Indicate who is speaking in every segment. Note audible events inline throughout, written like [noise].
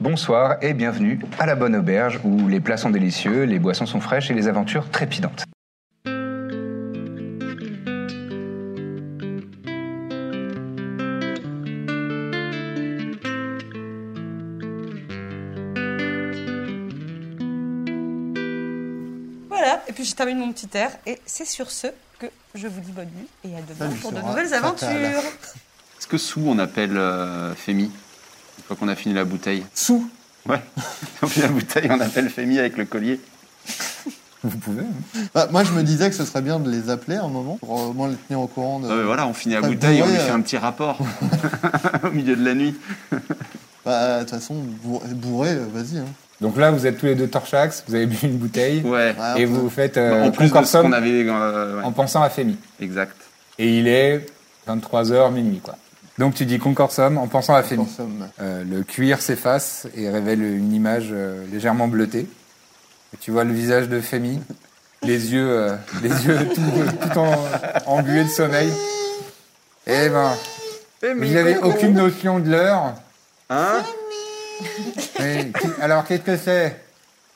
Speaker 1: Bonsoir et bienvenue à la bonne auberge où les plats sont délicieux, les boissons sont fraîches et les aventures trépidantes.
Speaker 2: Voilà, et puis je termine mon petit air, et c'est sur ce que je vous dis bonne nuit et à demain
Speaker 3: Salut,
Speaker 2: pour de
Speaker 3: Sarah.
Speaker 2: nouvelles
Speaker 3: Fatal.
Speaker 2: aventures.
Speaker 4: Est-ce que sous on appelle euh, Fémi Une fois qu'on a fini la bouteille.
Speaker 3: Sous
Speaker 4: Ouais. [laughs] On finit la bouteille, on appelle Fémi avec le collier.
Speaker 1: Vous pouvez
Speaker 3: Bah, Moi, je me disais que ce serait bien de les appeler un moment pour euh, au moins les tenir au courant de.
Speaker 4: Non, mais Euh, voilà, on finit la
Speaker 3: Ah,
Speaker 4: bouteille, on lui
Speaker 3: bourré,
Speaker 4: fait
Speaker 3: euh.
Speaker 4: un petit rapport [laughs] au milieu de la nuit.
Speaker 3: Bah, de toute façon, bourré, bourré, euh, vas-y. hein.
Speaker 5: Donc là, vous êtes tous les deux torchax, vous avez bu une bouteille,
Speaker 4: Ouais. Bah,
Speaker 3: Ouais.
Speaker 5: et vous faites euh,
Speaker 4: Ah, en plus de ce
Speaker 5: concorsum
Speaker 4: qu'on avait. euh, ouais.
Speaker 5: en pensant à Femi.
Speaker 4: Exact.
Speaker 5: Et il est 23h minuit, quoi. Donc tu dis concorsum en pensant à Femi.
Speaker 3: En somme.
Speaker 5: Euh, le cuir s'efface et révèle une image euh, légèrement bleutée. Et tu vois le visage de Femi,
Speaker 4: [laughs]
Speaker 5: les yeux, euh, les yeux tout, tout en, embués de sommeil. Eh ben, vous n'avez aucune notion de l'heure.
Speaker 4: Hein
Speaker 5: Mais qui- alors qu'est-ce que c'est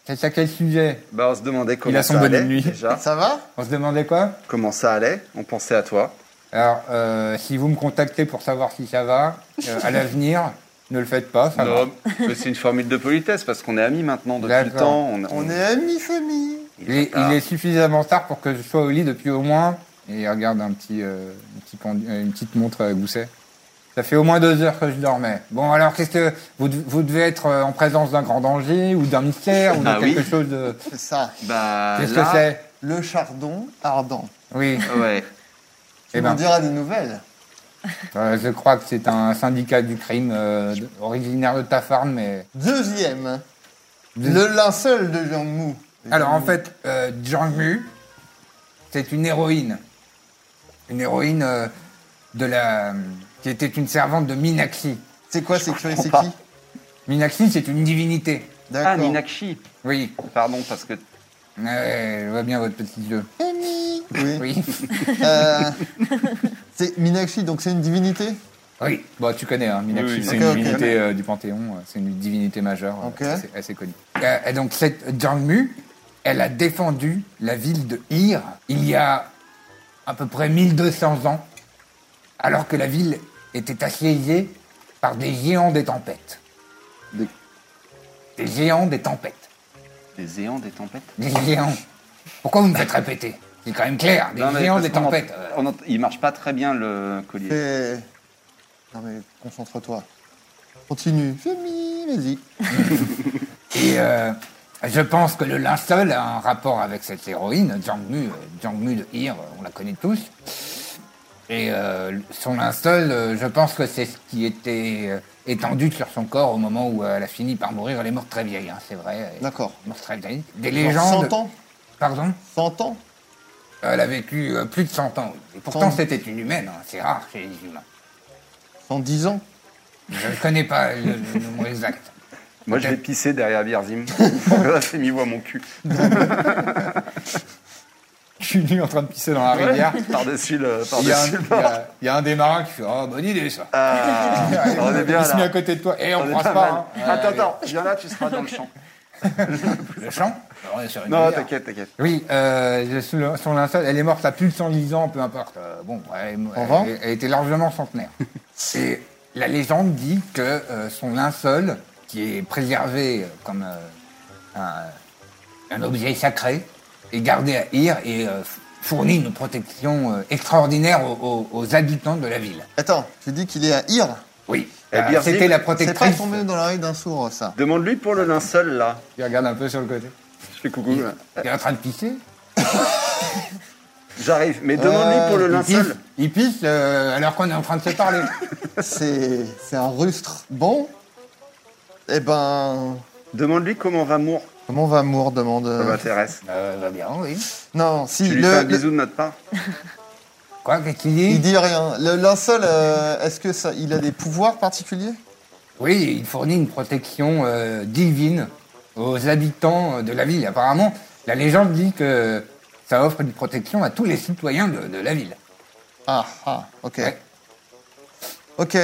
Speaker 5: C'est à quel sujet
Speaker 4: Bah, on se demandait comment
Speaker 5: a son
Speaker 4: ça
Speaker 5: bonnet de
Speaker 4: allait.
Speaker 5: nuit.
Speaker 4: Déjà.
Speaker 3: Ça va
Speaker 5: On se demandait quoi
Speaker 4: Comment ça allait On pensait à toi.
Speaker 5: Alors, euh, si vous me contactez pour savoir si ça va, euh, à l'avenir, ne le faites pas. Ça va.
Speaker 4: Non, mais c'est une formule de politesse parce qu'on est amis maintenant depuis le
Speaker 5: D'accord.
Speaker 4: temps. On,
Speaker 3: On est amis, famille
Speaker 5: Il, est- il est suffisamment tard pour que je sois au lit depuis au moins. Et il regarde un petit, euh, un petit pendu- euh, une petite montre à gousset. Ça fait au moins deux heures que je dormais. Bon, alors, qu'est-ce que vous, de- vous devez être euh, en présence d'un grand danger ou d'un mystère ou de
Speaker 4: Ah oui.
Speaker 5: quelque chose de.
Speaker 3: C'est ça.
Speaker 4: Bah,
Speaker 5: Qu'est-ce
Speaker 4: là,
Speaker 5: que c'est
Speaker 3: Le chardon ardent.
Speaker 5: Oui.
Speaker 4: Ouais.
Speaker 3: Tu
Speaker 5: Eh
Speaker 3: m'en
Speaker 5: ben.
Speaker 3: diras des nouvelles.
Speaker 5: Euh, je crois que c'est un syndicat du crime euh, d- originaire de Tafarn, mais
Speaker 3: Deuxième.
Speaker 5: Deux-
Speaker 3: Le linceul de Jean Mou.
Speaker 5: Alors en fait, euh, Jang Mu, c'est une héroïne. Une héroïne euh, de la. qui était une servante de Minaxi.
Speaker 3: C'est quoi, c'est curieux, c'est qui
Speaker 5: Minaxi, c'est une divinité.
Speaker 4: Ah,
Speaker 3: D'accord.
Speaker 4: Ninakshi.
Speaker 5: Oui.
Speaker 4: Pardon, parce que.
Speaker 5: Ouais, je vois bien votre petit jeu.
Speaker 3: oui.
Speaker 5: Oui.
Speaker 3: Euh, [laughs] c'est Minakshi, donc c'est une divinité
Speaker 5: Ah Oui. Bon, tu connais, hein, Minaxi,
Speaker 4: Oui, oui,
Speaker 5: c'est
Speaker 3: ok,
Speaker 5: une
Speaker 3: ok.
Speaker 5: divinité euh, du Panthéon. euh, C'est une divinité majeure euh,
Speaker 3: Ok.
Speaker 5: assez, assez connue. Euh, et donc cette Jang Mu, elle a défendu la ville de Ir il y a à peu près 1200 ans, alors que la ville était assiégée par des géants des tempêtes.
Speaker 4: Des-
Speaker 5: Des géants des tempêtes.
Speaker 4: Des géants des tempêtes
Speaker 5: Des géants. Pourquoi vous me faites répéter C'est quand même clair, des
Speaker 4: Non, mais
Speaker 5: géants
Speaker 4: parce
Speaker 5: des
Speaker 4: qu'on ent-
Speaker 5: tempêtes.
Speaker 4: on ent- il marche pas très bien le collier.
Speaker 3: C'est- Non mais concentre-toi. Continue. Femi, vas-y.
Speaker 5: Et euh, je pense que le linceul a un rapport avec cette héroïne, Jang Mu, euh, Jang Mu de Ir, euh, on la connaît tous. Et euh, son linceul, euh, je pense que c'est ce qui était euh, étendu sur son corps au moment où euh, elle a fini par mourir. Elle est morte très vieille, hein, c'est vrai. Elle est
Speaker 3: D'accord.
Speaker 5: morte très vieille. Des
Speaker 3: Genre
Speaker 5: légendes.
Speaker 3: 100 ans
Speaker 5: Pardon
Speaker 3: 100 ans
Speaker 5: Elle a vécu euh, plus de 100 ans. oui. Et pourtant,
Speaker 3: Cent-
Speaker 5: c'était une humaine. hein, C'est rare chez les humains.
Speaker 3: 110 ans
Speaker 5: Je ne connais pas le, le nombre exact.
Speaker 4: Moi, je vais pisser derrière Birzim. Là, c'est mi voit mon cul.
Speaker 5: Je suis en train de pisser dans la rivière.
Speaker 4: Par-dessus le.
Speaker 5: Il y, a un,
Speaker 4: Par-dessus le
Speaker 5: il y a- il y a un des marins qui fait Oh, bonne idée ça.
Speaker 4: Ah, on est bien
Speaker 5: il se met à
Speaker 4: là.
Speaker 5: côté de toi. Et on
Speaker 4: On est
Speaker 5: croise
Speaker 4: pas
Speaker 5: pas.
Speaker 4: mal.
Speaker 5: hein.
Speaker 4: Attends,
Speaker 5: Euh,
Speaker 4: attends, viens là, tu seras dans le champ.
Speaker 5: Le Ah champ Alors, on est sur une
Speaker 4: Non,
Speaker 5: rivière.
Speaker 4: t'inquiète, t'inquiète.
Speaker 5: Oui, euh, le- sous le- son linceul, elle est morte à plus de 110 ans, peu importe. Euh, bon, elle, est mo-
Speaker 3: Au revoir.
Speaker 5: elle- elle était largement [laughs] centenaire. Et la légende dit que euh, son linceul, qui est préservé euh, comme euh, un, un objet sacré, est gardé à Ir et euh, fournit une protection euh, extraordinaire aux, aux- aux habitants de la ville.
Speaker 3: Attends, tu dis qu'il est à Ir
Speaker 5: Oui,
Speaker 4: Eh
Speaker 5: Euh,
Speaker 4: bien,
Speaker 5: c'était la
Speaker 3: C'est pas
Speaker 5: protectrice.
Speaker 3: tombé dans l'oreille d'un sourd, ça.
Speaker 4: Demande-lui pour le linceul, là.
Speaker 5: Il regarde un peu sur le côté.
Speaker 4: Je fais coucou. là.
Speaker 5: Il est en train de pisser J'arrive, mais demande-lui pour le
Speaker 1: Euh, il
Speaker 5: linceul.
Speaker 1: pisse, il pisse, euh, alors qu'on est en train de se parler.
Speaker 3: C'est c'est un rustre. Bon. Eh ben.
Speaker 5: Demande-lui comment va Moore.
Speaker 3: Comment va Moore demande.
Speaker 5: Ça
Speaker 3: euh,
Speaker 5: m'intéresse.
Speaker 1: [laughs] Euh, va bien, oui.
Speaker 3: Non, si.
Speaker 5: Tu lui
Speaker 3: le-
Speaker 5: fais un
Speaker 3: le-
Speaker 5: bisou de notre part.
Speaker 1: Quoi, qu'est-ce qu'il dit
Speaker 3: Il dit rien. Le linceul, euh, est-ce que ça, il a des pouvoirs particuliers
Speaker 1: Oui, il fournit une protection euh, divine aux habitants euh, de la ville. Apparemment, la légende dit que ça offre une protection à tous les citoyens de, de la ville.
Speaker 3: Ah, ah, ok.
Speaker 1: Ouais.
Speaker 3: Ok.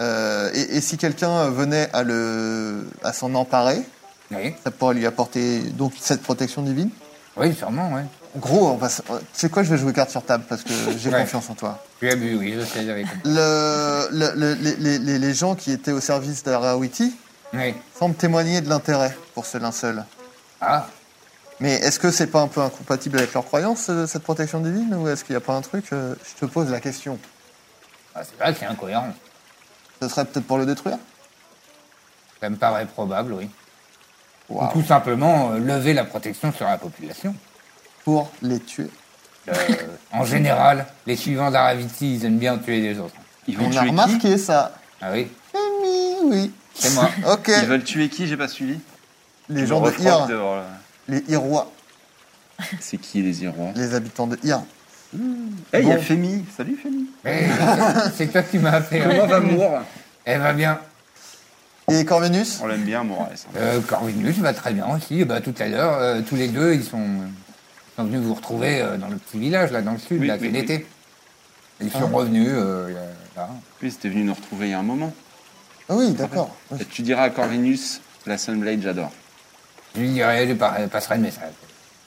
Speaker 3: Euh, et, et si quelqu'un venait à le, à s'en emparer,
Speaker 1: Oui,
Speaker 3: ça pourrait lui apporter donc cette protection divine.
Speaker 1: oui sûrement, oui.
Speaker 3: Gros, on va. se- euh, Tu sais quoi Je vais jouer carte sur table parce que j'ai
Speaker 1: Ouais.
Speaker 3: confiance en toi.
Speaker 1: Tu as bu, oui, je sais, j'avais compris.
Speaker 3: Le, le- le- les- les, les- les gens qui étaient au service d'Arawiti
Speaker 1: Oui.
Speaker 3: semblent témoigner de l'intérêt pour ce linceul.
Speaker 1: Ah,
Speaker 3: Mais est-ce que c'est pas un peu incompatible avec leurs croyances, euh, cette protection divine, ou est-ce qu'il n'y a pas un truc euh, Je te pose la question.
Speaker 1: bah, c'est vrai que c'est incohérent.
Speaker 3: Ce serait peut-être pour le détruire
Speaker 1: Ça me paraît probable, oui. Ou
Speaker 3: Waouh.
Speaker 1: tout simplement euh, lever la protection sur la population.
Speaker 3: Pour les tuer.
Speaker 1: [laughs] Euh, en général, les suivants d'Araviti, ils aiment bien tuer les autres.
Speaker 4: Ils veulent
Speaker 3: On a
Speaker 4: tuer qui
Speaker 3: remarqué ça.
Speaker 1: Ah oui,
Speaker 3: Oui, oui.
Speaker 1: c'est [laughs] moi.
Speaker 3: Ok.
Speaker 4: Ils veulent tuer qui J'ai pas suivi.
Speaker 3: Les
Speaker 4: Je
Speaker 3: gens
Speaker 4: me
Speaker 3: de
Speaker 4: refroidis
Speaker 3: Ir,
Speaker 4: dehors, là.
Speaker 3: les Irois,
Speaker 4: C'est qui les Irois
Speaker 3: les habitants de Ir.
Speaker 4: Eh, il y a
Speaker 3: Bon.
Speaker 4: Fémi. Salut Fémi.
Speaker 1: Eh, c'est toi qui m'as fait.
Speaker 4: Comment va Moore
Speaker 1: Elle va Eh ben, bien.
Speaker 3: Et Corvinus
Speaker 4: On l'aime bien, Moore. elle, ça.
Speaker 1: Euh, Corvinus va très bien aussi. Et bah, tout à l'heure, euh, tous les deux, ils sont, ils sont venus vous retrouver euh, dans le petit village, là, dans le sud,
Speaker 4: Oui,
Speaker 1: là,
Speaker 4: oui,
Speaker 1: c'est
Speaker 4: oui.
Speaker 1: l'été. Ils sont revenus, euh, là.
Speaker 4: Oui, c'était venu nous retrouver il y a un moment.
Speaker 3: Ah Oui, d'accord.
Speaker 4: Et tu diras à Corvinus, la Sunblade, j'adore.
Speaker 1: Je lui dirai, je lui par- passerai le message.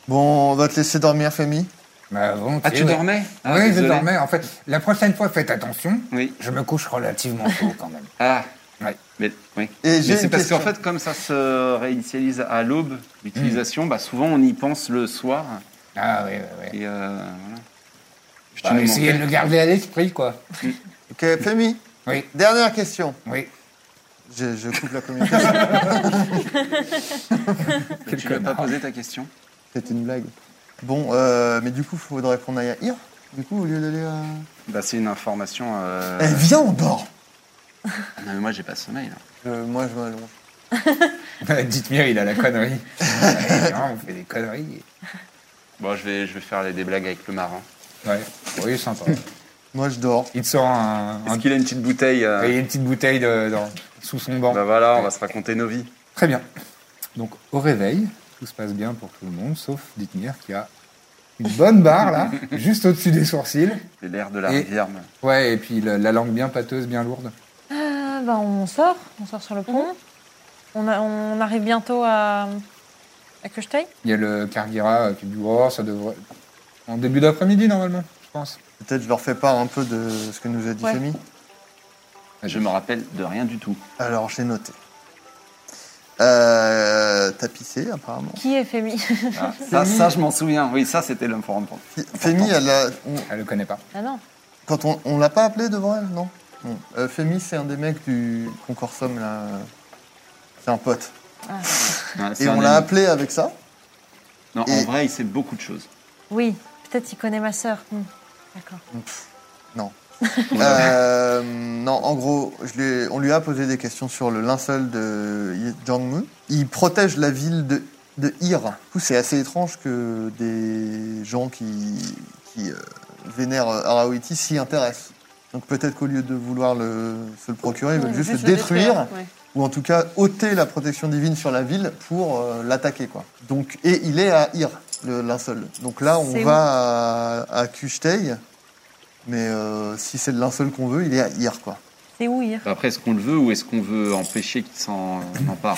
Speaker 3: Bon, on va te laisser dormir, Femi.
Speaker 1: Bah, volontiers,
Speaker 4: Ah, tu
Speaker 1: ouais.
Speaker 4: dormais Ah,
Speaker 1: Oui, je
Speaker 4: désolé.
Speaker 1: dormais. En fait, la prochaine fois, faites attention.
Speaker 4: Oui.
Speaker 1: Je me couche relativement tôt, quand même.
Speaker 4: Ah,
Speaker 1: Ouais.
Speaker 4: mais, oui.
Speaker 3: Et
Speaker 4: Mais
Speaker 3: j'ai
Speaker 4: c'est
Speaker 3: une
Speaker 4: parce
Speaker 3: question.
Speaker 4: qu'en fait, comme ça se réinitialise à l'aube, l'utilisation, bah, souvent on y pense le soir.
Speaker 1: Ah, oui, oui, oui.
Speaker 4: Et euh, voilà. Je te
Speaker 1: Bah,
Speaker 4: demandais.
Speaker 1: essayez de le garder à l'esprit, quoi.
Speaker 3: Ok, Femi,
Speaker 1: Oui,
Speaker 3: dernière question.
Speaker 1: oui.
Speaker 3: Je, je coupe la communication.
Speaker 4: Mais tu m'as pas posé ta question.
Speaker 3: C'est une blague. Bon, euh, mais du coup, faudrait qu'on aille à Ir. Du coup, au lieu d'aller à.
Speaker 4: Bah, c'est une information. euh,
Speaker 3: Eh, viens, on dort
Speaker 4: Non, mais moi, j'ai pas sommeil. là.
Speaker 3: Euh, Moi, je m'allonge.
Speaker 1: [laughs] Dites-moi, il a la connerie. Euh, Ouais, non, oh, on fait des conneries.
Speaker 4: Bon, je vais, je vais faire les- des blagues avec le marin.
Speaker 1: Ouais. Oui, sympa.
Speaker 3: Moi, je dors.
Speaker 1: Il te sort un,
Speaker 4: Est-ce
Speaker 1: un-
Speaker 4: qu'il a une petite bouteille euh,
Speaker 1: il y a une petite bouteille de- dans- sous son banc.
Speaker 4: Bah voilà, on va se raconter nos vies.
Speaker 1: Très bien. Donc, au réveil, tout se passe bien pour tout le monde, sauf Dithmir qui a une bonne barre, là, juste au-dessus des sourcils.
Speaker 4: C'est l'air de la
Speaker 1: Et-
Speaker 4: rivière. mais-
Speaker 1: Ouais, et puis la, la langue bien pâteuse, bien lourde.
Speaker 6: Ah, bah, on sort, on sort sur le pont. on, a- on arrive bientôt à, à Kuchtai.
Speaker 1: Il y a le Kargira euh, qui dit Oh, ça devrait. En début d'après-midi, normalement, je pense.
Speaker 3: Peut-être je leur fais part un peu de ce que nous a dit
Speaker 6: Ouais.
Speaker 3: Femi.
Speaker 4: Je me rappelle de rien du tout.
Speaker 3: Alors, j'ai noté. Euh, T'as pissé, apparemment.
Speaker 6: Qui est Fémi
Speaker 5: [laughs]
Speaker 4: Ah, ça, ça, je m'en souviens. Oui, ça, c'était l'homme fort important.
Speaker 3: Femi, elle a. on-
Speaker 1: Elle le connaît pas.
Speaker 6: [laughs] Ah non.
Speaker 3: Quand on, on l'a pas appelé devant elle, non Bon. Euh, Femi, c'est un des mecs du concorsum, là. C'est un pote.
Speaker 4: Ah, c'est
Speaker 3: Et
Speaker 4: un
Speaker 3: on l'a
Speaker 4: ami.
Speaker 3: appelé avec ça.
Speaker 4: Non, en
Speaker 3: et-
Speaker 4: vrai, il sait beaucoup de choses.
Speaker 6: Oui, peut-être qu'il connaît ma sœur. Hmm, D'accord.
Speaker 3: Euh, non, en gros, je l'ai- on lui a posé des questions sur le linceul de Ye- Jangmu. Il protège la ville de, de Ir. Du coup, c'est assez étrange que des gens qui, qui euh, vénèrent Arawiti s'y intéressent. Donc peut-être qu'au lieu de vouloir le, se le procurer, ils veulent juste le détruire.
Speaker 2: ouais.
Speaker 3: ou en tout cas ôter la protection divine sur la ville pour euh, l'attaquer quoi. Donc et il est à Ir le linceul. Donc là on
Speaker 6: C'est
Speaker 3: va à, à Kuchtei, mais euh, si c'est le linceul qu'on veut, il est à Ir quoi.
Speaker 6: C'est où hier
Speaker 4: Bah, Après, est-ce qu'on le veut ou est-ce qu'on veut empêcher qu'il s'en empare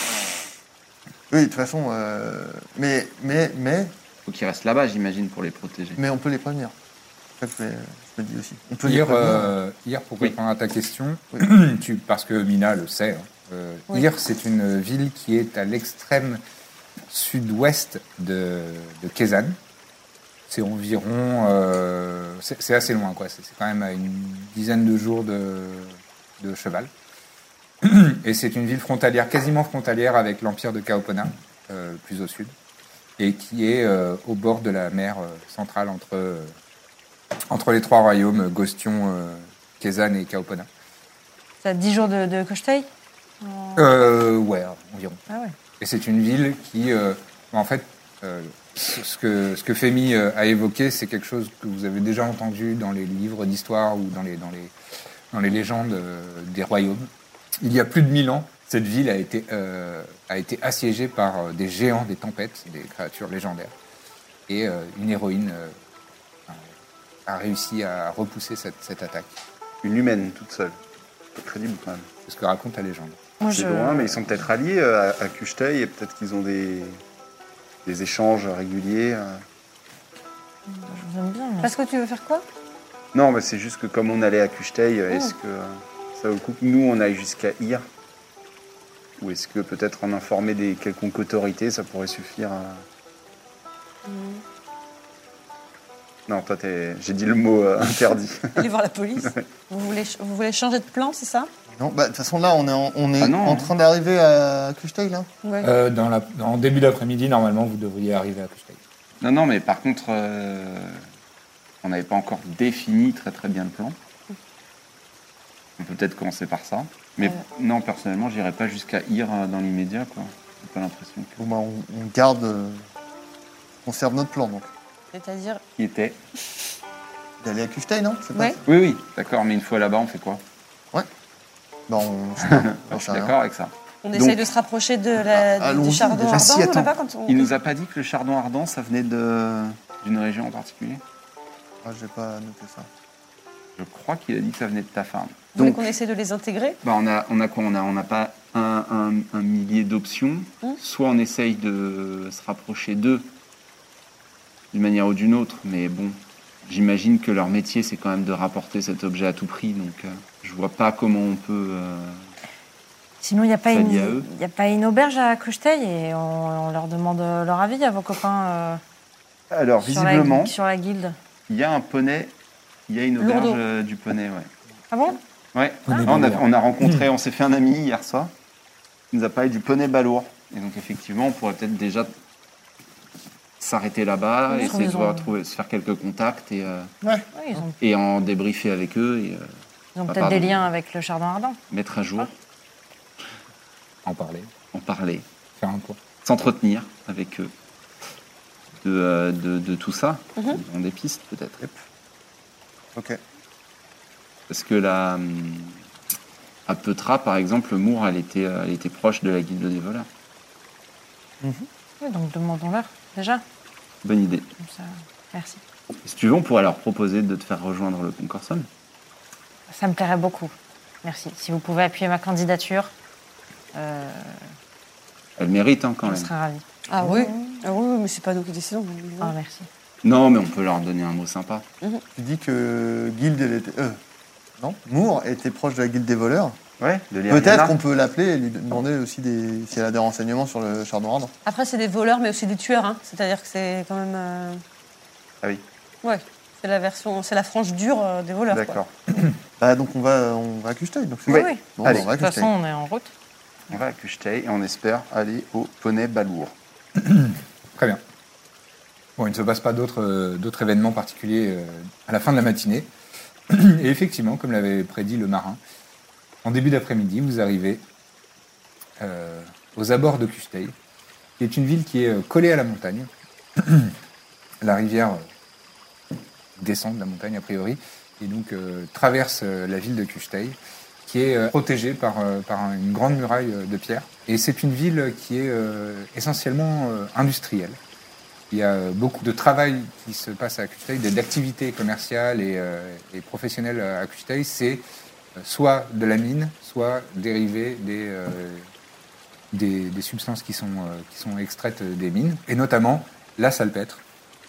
Speaker 3: Oui, de toute façon euh, mais mais mais
Speaker 4: Faut qu'il reste là-bas, j'imagine, pour les protéger.
Speaker 3: mais on peut les prévenir. Ça, je, vais- je me dis aussi. On peut les
Speaker 1: Hier,
Speaker 3: prévenir.
Speaker 1: euh, hier, pour
Speaker 4: Oui.
Speaker 1: répondre à ta question, [clears throat] tu- parce que Mina le sait, hein, euh,
Speaker 6: Oui.
Speaker 1: hier c'est une ville qui est à l'extrême sud-ouest de, de Kezan. C'est environ, euh, c'est c'est assez loin quoi. C'est c'est quand même à une dizaine de jours de, de cheval. [clears throat] Et c'est une ville frontalière, quasiment frontalière avec l'empire de Kaopona, euh, plus au sud, et qui est euh, au bord de la mer euh, centrale entre euh, entre les trois royaumes, Gostion, euh, Kezan et Kaopona.
Speaker 6: Ça a 10 jours de, de Kochtei
Speaker 1: Euh, ouais, environ.
Speaker 6: Ah ouais.
Speaker 1: Et c'est une ville qui, euh, en fait, euh, ce que ce que Femi euh, a évoqué, c'est quelque chose que vous avez déjà entendu dans les livres d'histoire ou dans les dans les dans les légendes euh, des royaumes. Il y a plus de 1000 ans, cette ville a été euh, a été assiégée par euh, des géants, des tempêtes, des créatures légendaires, et euh, une héroïne euh, a réussi à repousser cette, cette attaque.
Speaker 5: Une humaine toute seule. Pas crédible quand même.
Speaker 1: C'est ce que raconte la légende.
Speaker 6: Moi,
Speaker 5: C'est
Speaker 6: je...
Speaker 5: loin, mais ils sont peut-être alliés euh, à, à Kuchtei et peut-être qu'ils ont des, des échanges réguliers. euh.
Speaker 6: je vous aime bien. mais- Parce que tu veux faire quoi
Speaker 5: Non, mais c'est juste que comme on allait à Kuchtei,
Speaker 4: Ah.
Speaker 5: euh, est-ce que euh, ça vaut le coup que nous on aille jusqu'à Ir Ou est-ce que peut-être en informer des quelconques autorités, ça pourrait suffire à.
Speaker 4: Mm.
Speaker 5: Non, toi, t'es- j'ai dit le mot euh, [laughs] interdit.
Speaker 2: Allez voir la
Speaker 6: [laughs]
Speaker 2: police. vous, voulez, ch- vous voulez changer de plan, c'est ça
Speaker 3: Non, bah, de toute façon, là, on est en, on est
Speaker 5: Ah non.
Speaker 3: en train d'arriver à Kuchtei, là.
Speaker 6: Ah.
Speaker 2: Ouais.
Speaker 1: Euh, dans la, en début d'après-midi, normalement, vous devriez arriver à Kushtai.
Speaker 4: [laughs] Non, non, mais par contre, euh, on n'avait pas encore défini très très bien le plan. On peut peut-être commencer par ça. Mais non, personnellement, j'irai pas jusqu'à Ir euh, dans l'immédiat, quoi. J'ai pas l'impression que-
Speaker 3: Bon, bah, on, on garde. euh, on serve notre plan, donc.
Speaker 2: C'est-à-dire,
Speaker 4: Il était.
Speaker 3: D'aller à Kuchtei, non C'est
Speaker 2: Ouais.
Speaker 3: ça
Speaker 4: Oui, oui, d'accord, mais une fois là-bas, on fait quoi
Speaker 6: Ah,
Speaker 4: Ah,
Speaker 3: Bah, on. je sais pas,
Speaker 4: Je
Speaker 3: j'en
Speaker 4: suis
Speaker 3: sais rien.
Speaker 4: d'accord avec ça.
Speaker 2: on
Speaker 4: Donc-
Speaker 2: essaye de se rapprocher de la,
Speaker 3: Ah,
Speaker 2: du- du
Speaker 3: allons-y,
Speaker 2: chardon
Speaker 3: déjà. Ah, si,
Speaker 2: ardent,
Speaker 3: attends.
Speaker 2: là-bas, quand on...
Speaker 4: Il nous a pas dit que le chardon ardent, ça venait de d'une région en particulier
Speaker 3: Ah, j'ai pas noté ça.
Speaker 4: Je crois qu'il a dit que ça venait de ta femme.
Speaker 2: Vous voulez
Speaker 4: Donc,
Speaker 2: qu'on essaie de les intégrer
Speaker 4: bah, on, a, on a quoi On n'a on n'a pas un, un- un millier d'options.
Speaker 6: Hein
Speaker 2: Hum.
Speaker 4: Soit on essaye de se rapprocher d'eux d'une manière ou d'une autre, mais bon, j'imagine que leur métier, c'est quand même de rapporter cet objet à tout prix, donc euh, je vois pas comment on peut... euh,
Speaker 6: Sinon, il n'y a, pas
Speaker 4: Ça
Speaker 6: une-
Speaker 4: dit à eux.
Speaker 6: y a pas une auberge à Kochtei et on, on leur demande leur avis à vos copains euh,
Speaker 4: Alors,
Speaker 6: sur, la,
Speaker 4: visiblement,
Speaker 6: sur la guilde.
Speaker 4: il y a un poney, il y a une auberge
Speaker 6: Lourdeau.
Speaker 4: euh, du poney, ouais.
Speaker 6: Ah bon
Speaker 4: Ouais,
Speaker 1: Poney
Speaker 4: Ah, on, a,
Speaker 1: balourd. Hmm.
Speaker 4: on a rencontré, on s'est fait un ami hier soir. Il nous a parlé du poney balourd. Et donc, effectivement, on pourrait peut-être déjà s'arrêter là-bas,
Speaker 6: On se
Speaker 4: essayer de voir,
Speaker 6: trouve des endroits.
Speaker 4: trouver, se faire quelques contacts et, euh,
Speaker 6: Oui, Ils ont,
Speaker 4: et en débriefer avec eux et euh,
Speaker 6: ils ont
Speaker 4: Ah,
Speaker 6: peut-être des
Speaker 4: pardon.
Speaker 6: liens avec le chardon ardent.
Speaker 4: mettre à jour,
Speaker 1: Ah. En parler,
Speaker 4: en parler,
Speaker 1: faire un tour.
Speaker 4: s'entretenir avec eux de, euh, de- de tout ça.
Speaker 1: Mm-hmm.
Speaker 4: Ils ont des pistes peut-être.
Speaker 3: Ok.
Speaker 4: Parce que la, hum, à Petra, par exemple, Moore, elle était, euh, elle était proche de la guilde des voleurs.
Speaker 6: Oui, donc demandons-leur déjà.
Speaker 4: Bonne idée.
Speaker 6: Comme ça, merci.
Speaker 4: Si tu veux, on pourrait leur proposer de te faire rejoindre le Concorsum.
Speaker 6: Ça me plairait beaucoup. Merci. Si vous pouvez appuyer ma candidature, euh,
Speaker 4: Elle mérite hein, quand
Speaker 6: je
Speaker 4: même.
Speaker 6: serais ravie.
Speaker 2: Ah oui. Ah oui, mais c'est pas nous qui décidons.
Speaker 6: Ah, merci.
Speaker 4: Non, mais on peut leur donner un mot sympa.
Speaker 3: Tu dis que Guild, elle était. euh, non Moore était proche de la Guilde des voleurs.
Speaker 4: Ouais, de
Speaker 3: Peut-être qu'on peut l'appeler et lui demander aussi des, si elle a des renseignements sur le chardon ardent.
Speaker 2: Après, c'est des voleurs, mais aussi des tueurs. hein. C'est-à-dire que c'est quand même. euh,
Speaker 4: Ah oui.
Speaker 2: Ouais. C'est la version, c'est la frange dure euh, des voleurs. quoi.
Speaker 4: D'accord.
Speaker 3: Bah, donc on va, on va à Kuchtei. Donc c'est
Speaker 6: Oui,
Speaker 3: ça
Speaker 6: oui.
Speaker 3: Bon,
Speaker 4: Allez.
Speaker 3: bah, on va à
Speaker 6: De toute
Speaker 3: Kuchtei.
Speaker 6: façon, on est en route.
Speaker 4: On va à Kuchtei et on espère aller au poney balourd.
Speaker 1: Très bien. Bon, il ne se passe pas d'autres euh, d'autres événements particuliers euh, à la fin de la matinée. Et effectivement, comme l'avait prédit le marin, en début d'après-midi, vous arrivez euh, aux abords de Custeil, qui est une ville qui est euh, collée à la montagne. [clears throat] la rivière euh, descend de la montagne, a priori, et donc euh, traverse euh, la ville de Custeil, qui est euh, protégée par, euh, par un- une grande muraille euh, de pierre. Et c'est une ville qui est euh, essentiellement euh, industrielle. Il y a euh, beaucoup de travail qui se passe à Custeil, des- d'activités commerciales et, euh, et professionnelles à Custeil. C'est euh, soit de la mine, soit dérivé des, euh, des, des substances qui sont, euh, qui sont extraites des mines, et notamment la salpêtre,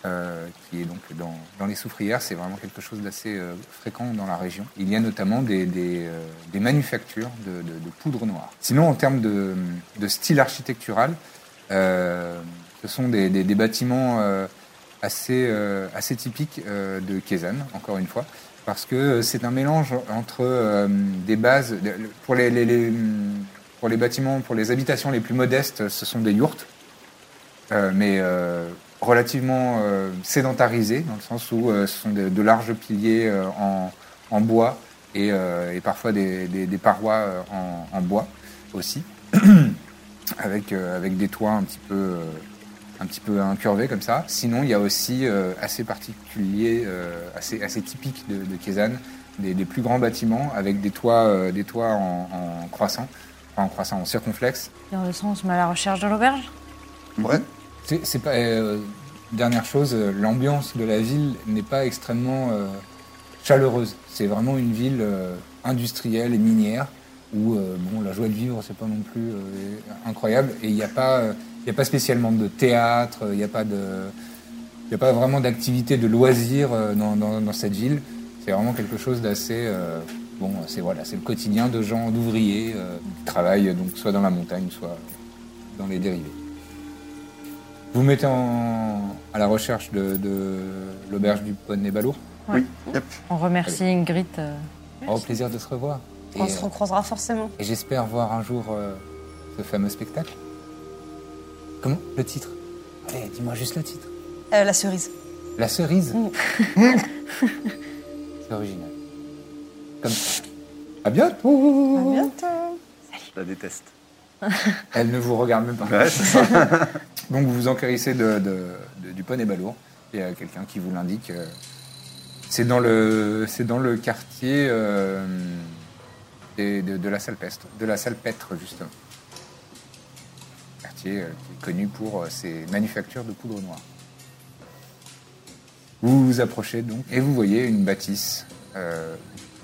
Speaker 1: euh, qui est donc dans, dans les soufrières. C'est vraiment quelque chose d'assez euh, fréquent dans la région. Il y a notamment des, des, euh, des manufactures de, de- de poudre noire. Sinon, en termes de, de style architectural, euh, ce sont des, des- des bâtiments euh, assez, euh, assez typiques euh, de Kezan, encore une fois, parce que euh, c'est un mélange entre euh, des bases. de- le- Pour les, les- les, hum, pour les bâtiments, pour les habitations les plus modestes, ce sont des yourtes, euh, mais euh, relativement euh, sédentarisée, dans le sens où euh, ce sont de, de larges piliers euh, en, en bois et, euh, et parfois des, des- des parois euh, en, en bois aussi, [clears throat] avec, euh, avec des toits un petit peu... euh, un petit peu incurvé comme ça. Sinon, il y a aussi euh, assez particulier, euh, assez, assez typique de, de Kézanne, des, des plus grands bâtiments avec des toits, euh, des toits en, en croissant, enfin en croissant, en circonflexe.
Speaker 6: Dans le sens, mais à la recherche de l'auberge
Speaker 3: Ouais.
Speaker 1: C'est c'est pas. euh, dernière chose, euh, l'ambiance de la ville n'est pas extrêmement euh, chaleureuse. C'est vraiment une ville euh, industrielle et minière où euh, bon, la joie de vivre, c'est pas non plus euh, incroyable. Et il n'y a, pas, euh, il y a pas spécialement de théâtre, il n'y a pas de. Il n'y a pas vraiment d'activité de loisirs euh, dans, dans- dans cette ville. C'est vraiment quelque chose d'assez. euh, bon, c'est voilà, c'est le quotidien de gens, d'ouvriers, euh, qui travaillent donc soit dans la montagne, soit dans les dérivés. Vous mettez en, à la recherche de, de l'auberge du Poney Balourd.
Speaker 3: Yep.
Speaker 6: On remercie Ingrid. euh,
Speaker 1: Au plaisir de se revoir. Et,
Speaker 2: On se recroisera forcément.
Speaker 1: et j'espère voir un jour euh, ce fameux spectacle. Comment Le titre Allez, dis-moi juste le titre.
Speaker 2: Euh, la cerise.
Speaker 1: La cerise.
Speaker 2: Mm.
Speaker 1: C'est original. Comme ça. À bientôt.
Speaker 2: À bientôt.
Speaker 5: Je la déteste.
Speaker 1: Elle ne vous regarde même pas.
Speaker 5: Ouais, c'est ça.
Speaker 1: [laughs] Donc vous vous enquérissez de, de- de- du poney balourd. Il y a quelqu'un qui vous l'indique. euh, C'est dans le c'est dans le quartier euh, des- de, de la Salpestre, de la Salpêtre justement. Quartier euh, qui est connu pour euh, ses manufactures de poudre noire. Vous vous approchez donc et vous voyez une bâtisse euh,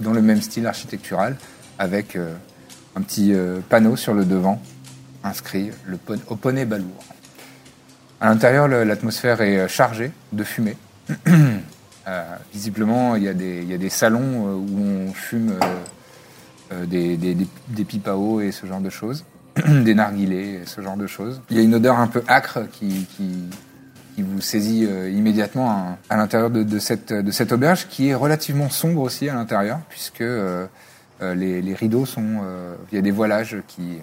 Speaker 1: dans le même style architectural avec euh, un petit euh, panneau sur le devant inscrit le pon- au poney balourd. À l'intérieur, le- l'atmosphère est euh, chargée de fumée. [clears throat] Euh, visiblement, il y, a des- il y a des salons euh, où on fume euh, euh, des, des, des- des pipes à eau et ce genre de choses, [clears throat] des narguilés, et ce genre de choses. Il y a une odeur un peu acre qui, qui, qui vous saisit euh, immédiatement hein, à, l'intérieur de, de cette, de cette auberge, qui est relativement sombre aussi à l'intérieur, puisque euh, euh, les, les rideaux sont... euh, il y a des voilages qui,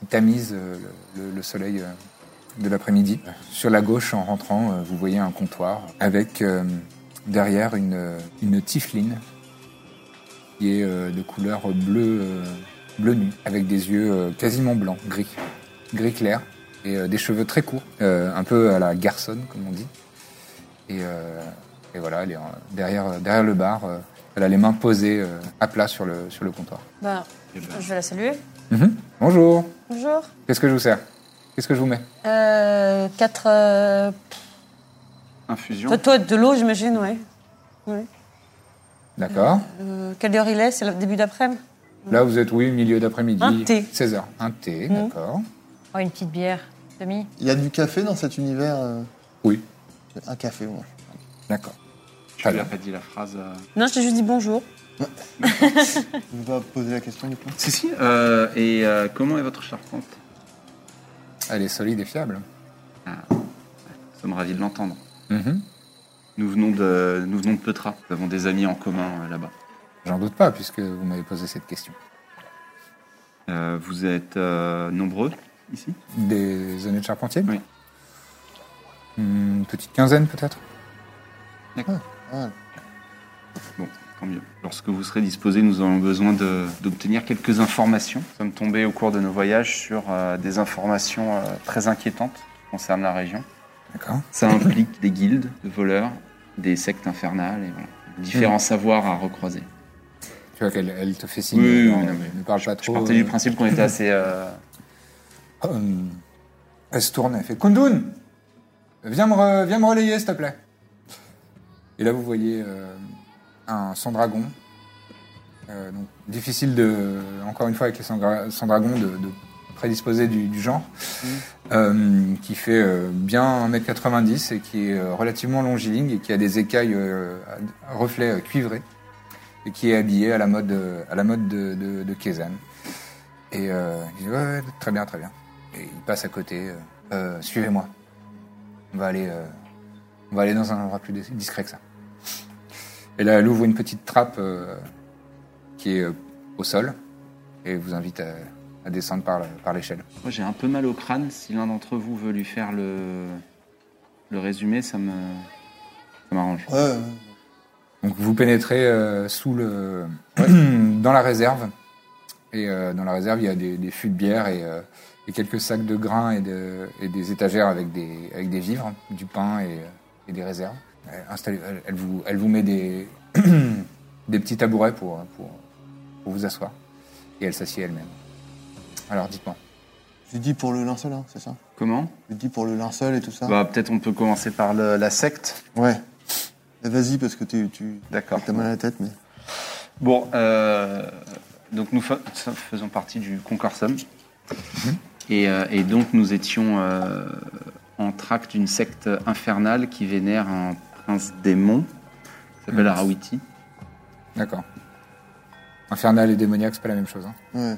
Speaker 1: qui tamisent euh, le, le soleil euh, de l'après-midi. Sur la gauche, en rentrant, euh, vous voyez un comptoir avec euh, derrière une, euh, une tiefline qui est euh, de couleur bleu, euh, bleu nu, avec des yeux euh, quasiment blancs, gris, gris clair, et euh, des cheveux très courts, euh, un peu à la garçonne, comme on dit. Et, euh, et voilà, elle est en- derrière, derrière le bar, euh, elle a les mains posées euh, à plat sur le, sur le comptoir.
Speaker 2: Ben,
Speaker 6: Bah,
Speaker 4: Eh ben.
Speaker 6: je vais la saluer.
Speaker 1: Mhm. Bonjour,
Speaker 6: Bonjour.
Speaker 1: qu'est-ce que je vous sers Qu'est-ce que je vous mets
Speaker 6: Euh, quatre. euh,
Speaker 4: Infusion.
Speaker 2: Toi, toi, de l'eau, j'imagine, ouais. Ouais.
Speaker 1: D'accord.
Speaker 2: Euh, quelle heure il est C'est le début d'après-midi
Speaker 1: Là, vous êtes, oui, milieu d'après-midi.
Speaker 2: Un thé. Mm.
Speaker 1: 16h. Un thé, d'accord.
Speaker 6: oh, une petite bière. Demi.
Speaker 3: Il y a du café dans cet univers euh,
Speaker 1: Oui.
Speaker 3: Un café, moi.
Speaker 1: D'accord.
Speaker 4: Tu lui as pas dit la phrase. euh,
Speaker 2: Non, je t'ai juste dit bonjour.
Speaker 3: Je vais pas poser la question du coup.
Speaker 4: Si, si. euh, et euh, comment est votre charpente
Speaker 1: Elle est solide et fiable.
Speaker 4: Nous sommes ravis de l'entendre. Mm-hmm.
Speaker 1: Mhm.
Speaker 4: Nous venons de, nous venons de Petra. Nous avons des amis en commun euh, là-bas.
Speaker 1: J'en doute pas, puisque vous m'avez posé cette question.
Speaker 4: Euh, vous êtes euh, nombreux ici
Speaker 1: Des années de charpentier
Speaker 4: Oui.
Speaker 1: Hmm, Une petite quinzaine, peut-être
Speaker 3: Ah,
Speaker 4: Bon, tant mieux. Lorsque vous serez disposé, nous aurons besoin de- d'obtenir quelques informations. Nous sommes tombés au cours de nos voyages sur euh, des informations euh, très inquiétantes qui concernent la région.
Speaker 1: D'accord.
Speaker 4: Ça implique des guildes de voleurs, des sectes infernales et voilà. Différents savoirs à recroiser.
Speaker 1: Tu vois qu'elle elle te fait signe.
Speaker 4: Oui, oui,
Speaker 1: genre,
Speaker 4: oui, non, mais
Speaker 1: ne parle pas
Speaker 4: Je
Speaker 5: Oh,
Speaker 1: trop.
Speaker 4: partais du principe qu'on était assez. euh,
Speaker 1: euh, hum. elle se tourne, elle fait Kundun Viens me, re- viens me relayer, s'il te plaît. Et là, vous voyez euh, un sans-dragon. Euh, donc, difficile de, encore une fois, avec les sans-dra- sans-dragons, de, de prédisposer du, du genre. Euh, qui fait euh, bien 1m90 et qui est euh, relativement longiligne et qui a des écailles euh, à- à reflets euh, cuivrés et qui est habillé à la mode, euh, à la mode de, de, de Kezan. Et euh, il dit Ouais, ouais, très bien, très bien. Et il passe à côté. euh, Euh, Suivez-moi. On va aller, euh, on va aller dans un endroit plus dis- discret que ça. Et là, elle ouvre une petite trappe euh, qui est euh, au sol et vous invite à, à descendre par, la- par l'échelle.
Speaker 4: Moi, j'ai un peu mal au crâne. Si l'un d'entre vous veut lui faire le Le résumé, ça me. Ça m'arrange.
Speaker 3: Ouais, euh, ouais.
Speaker 1: Donc vous pénétrez euh, sous le [clears throat] dans la réserve et euh, dans la réserve il y a des, des fûts de bière et, euh, et quelques sacs de grains et, de- et des étagères avec des avec des vivres, du pain et, euh, et des réserves. Elle, installe- elle- elle vous elle vous met des [clears throat] des petits tabourets pour euh, pour pour vous asseoir et elle s'assied elle-même. Alors dites-moi.
Speaker 3: J'ai dit pour le linceul, hein, c'est ça
Speaker 4: Comment
Speaker 3: J'ai dit pour le linceul et tout ça
Speaker 4: Bah, peut-être on peut commencer par le- la secte.
Speaker 3: Ouais. Mais Vas-y, parce que tu, tu
Speaker 4: D'accord.
Speaker 3: t'as mal à la tête, mais.
Speaker 4: Bon, euh, donc nous fa- faisons partie du Concorsum. Et, euh, et donc nous étions euh, en tract d'une secte infernale qui vénère un prince démon, qui s'appelle
Speaker 1: Mhm.
Speaker 4: Arawiti.
Speaker 1: D'accord. Infernal et démoniaque c'est pas la même chose. hein.
Speaker 3: Ouais,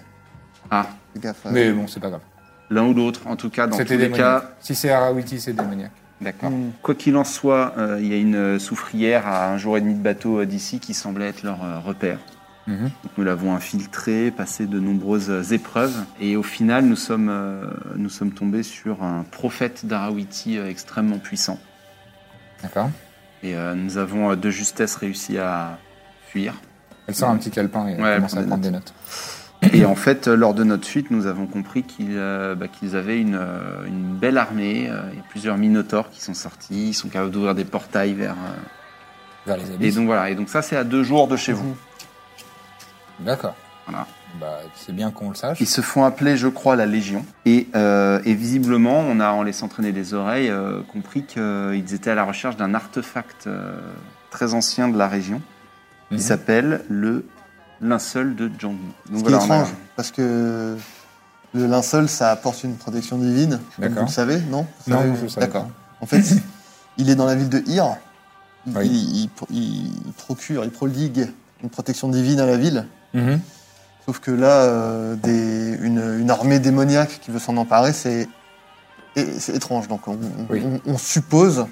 Speaker 4: Ah,
Speaker 3: fais gaffe. hein. ouais.
Speaker 1: Mais bon c'est pas grave.
Speaker 4: l'un ou l'autre, en tout cas, dans tous
Speaker 1: C'était
Speaker 4: les
Speaker 1: démoniaque.
Speaker 4: cas.
Speaker 1: Si c'est Arawiti c'est démoniaque.
Speaker 4: D'accord. Mm. Quoi qu'il en soit, euh, il y a une euh, soufrière à un jour et demi de bateau euh, d'ici qui semblait être leur euh, repère.
Speaker 1: Mhm.
Speaker 4: Donc, nous l'avons infiltré, passé de nombreuses euh, épreuves, et au final, nous sommes, euh, nous sommes tombés sur un prophète d'Arawiti euh, extrêmement puissant.
Speaker 1: D'accord.
Speaker 4: Et euh, nous avons euh, de justesse réussi à fuir.
Speaker 1: Elle sort un petit calepin et elle
Speaker 4: Ouais,
Speaker 1: commence à
Speaker 4: prends des
Speaker 1: prendre des notes.
Speaker 4: Et en fait, euh, lors de notre fuite, nous avons compris qu'ils euh, bah, qu'ils avaient une, euh, une belle armée. euh, Il y a plusieurs minotaures qui sont sortis, ils sont capables d'ouvrir des portails vers. euh,
Speaker 1: Vers les abysses.
Speaker 4: Et donc voilà. Et donc ça, c'est à deux jours de chez
Speaker 3: Mhm.
Speaker 4: vous.
Speaker 1: D'accord.
Speaker 4: Voilà.
Speaker 1: Bah, c'est bien qu'on le sache.
Speaker 4: Ils se font appeler, je crois, la Légion. Et, euh, et visiblement, on a, en laissant traîner les oreilles, euh, compris qu'ils étaient à la recherche d'un artefact euh, très ancien de la région,
Speaker 1: Mhm.
Speaker 4: qui s'appelle le linceul de Django.
Speaker 3: Ce
Speaker 4: Donc
Speaker 3: qui est
Speaker 4: voilà, on a-
Speaker 3: étrange, parce que le linceul, ça apporte une protection divine. Comme
Speaker 1: D'accord.
Speaker 3: vous le savez, non Vous
Speaker 1: Non,
Speaker 3: savez
Speaker 1: je le savais
Speaker 3: D'accord. En fait, il est dans la ville de Ir. Il,
Speaker 1: Oui.
Speaker 3: il- il pro- il- il procure, il prodigue une protection divine à la ville.
Speaker 1: Mhm.
Speaker 3: Sauf que là, euh, des- une, une armée démoniaque qui veut s'en emparer, c'est et- c'est étrange. Donc on, on-
Speaker 1: Oui.
Speaker 3: on- on suppose,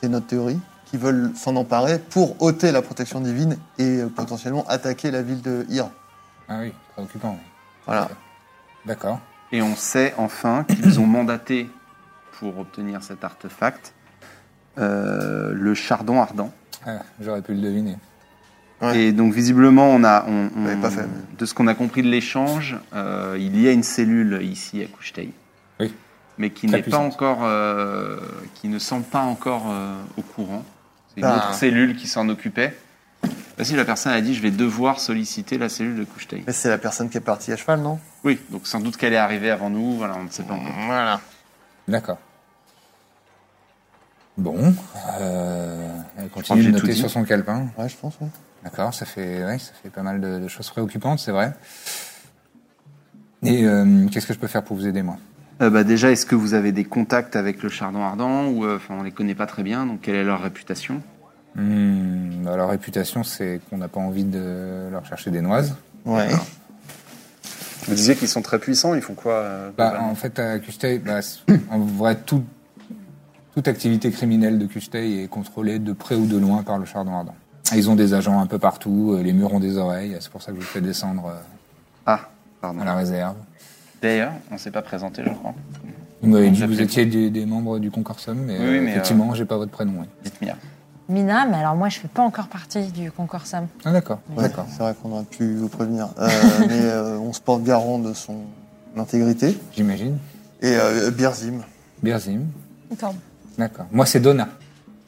Speaker 3: c'est notre théorie, qu'ils veulent s'en emparer pour ôter la protection divine et euh, potentiellement attaquer la ville de Ir.
Speaker 1: Ah oui, préoccupant.
Speaker 3: Voilà.
Speaker 1: D'accord.
Speaker 4: Et on sait enfin qu'ils ont mandaté, pour obtenir cet artefact, euh, le chardon ardent.
Speaker 1: Ah, J'aurais pu le deviner.
Speaker 3: Ouais.
Speaker 4: Et donc visiblement, on a, on- on-
Speaker 3: J'avais pas fait, mais-
Speaker 4: de ce qu'on a compris de l'échange, euh, il y a une cellule ici à Coucheteil.
Speaker 1: Oui.
Speaker 4: Mais qui
Speaker 1: Très
Speaker 4: n'est pas
Speaker 1: puissante.
Speaker 4: encore, euh, qui ne semble pas encore euh, au courant. C'est une
Speaker 3: Ah.
Speaker 4: autre cellule qui s'en occupait. Voici la personne a dit, je vais devoir solliciter la cellule de Coucheteil.
Speaker 3: Mais c'est la personne qui est partie à cheval, non
Speaker 4: Oui, donc sans doute qu'elle est arrivée avant nous. Voilà, on ne sait pas encore.
Speaker 3: Voilà.
Speaker 1: D'accord. Bon. euh, elle
Speaker 4: crois que
Speaker 1: continue
Speaker 4: j'ai
Speaker 1: de
Speaker 4: tout
Speaker 1: noter
Speaker 4: dit.
Speaker 1: sur son calepin.
Speaker 3: Ouais, je pense. ouais.
Speaker 1: D'accord, ça fait, ouais, ça fait pas mal de, de choses préoccupantes, c'est vrai. Et euh, qu'est-ce que je peux faire pour vous aider, moi
Speaker 4: Euh, bah, déjà, est-ce que vous avez des contacts avec le Chardon Ardent ou euh, enfin on les connaît pas très bien, donc quelle est leur réputation
Speaker 1: Hmm, bah, Leur réputation, c'est qu'on n'a pas envie de leur chercher des noises.
Speaker 3: Ouais.
Speaker 5: Vous disiez qu'ils sont très puissants, ils font quoi euh,
Speaker 1: Bah,
Speaker 5: globalement
Speaker 1: en fait, à Custey, bah, c'est- en vrai, tout- toute activité criminelle de Custey est contrôlée de près ou de loin par le chardon ardent. Et Ils ont des agents un peu partout, euh, les murs ont des oreilles, c'est pour ça que je vous fais descendre euh,
Speaker 4: Ah, pardon.
Speaker 1: à la réserve.
Speaker 4: D'ailleurs, on s'est pas présenté, je crois.
Speaker 1: Vous m'avez dit que
Speaker 4: Vous
Speaker 1: vous
Speaker 4: appelez-
Speaker 1: étiez des, des membres du concorsum, mais,
Speaker 4: Oui,
Speaker 1: euh,
Speaker 4: oui, mais,
Speaker 1: effectivement, j'ai pas votre prénom. oui.
Speaker 4: Dites-moi.
Speaker 6: Mina, mais alors moi, je fais pas encore partie du concours Sam.
Speaker 1: Ah, d'accord,
Speaker 3: Ouais,
Speaker 1: d'accord.
Speaker 3: c'est vrai qu'on aurait pu vous prévenir. [laughs] Euh, mais euh, on se porte garant de son intégrité.
Speaker 1: J'imagine.
Speaker 3: Et euh, Birzim.
Speaker 1: Birzim.
Speaker 6: D'accord.
Speaker 1: D'accord. Moi, c'est Donna.